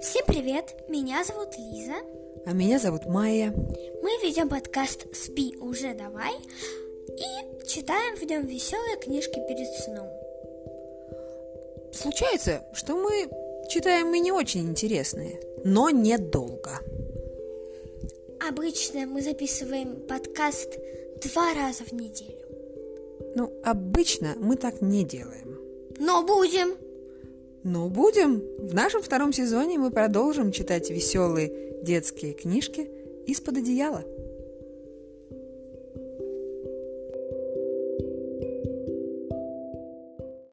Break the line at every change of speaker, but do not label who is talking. Всем привет, меня зовут Лиза.
А меня зовут Майя.
Мы ведем подкаст «Спи уже давай» и читаем в нем веселые книжки перед сном.
Случается, что мы читаем и не очень интересные, но недолго.
Обычно мы записываем подкаст два раза в неделю.
Ну, обычно мы так не делаем.
Но будем!
Но будем! В нашем втором сезоне мы продолжим читать веселые детские книжки из-под одеяла.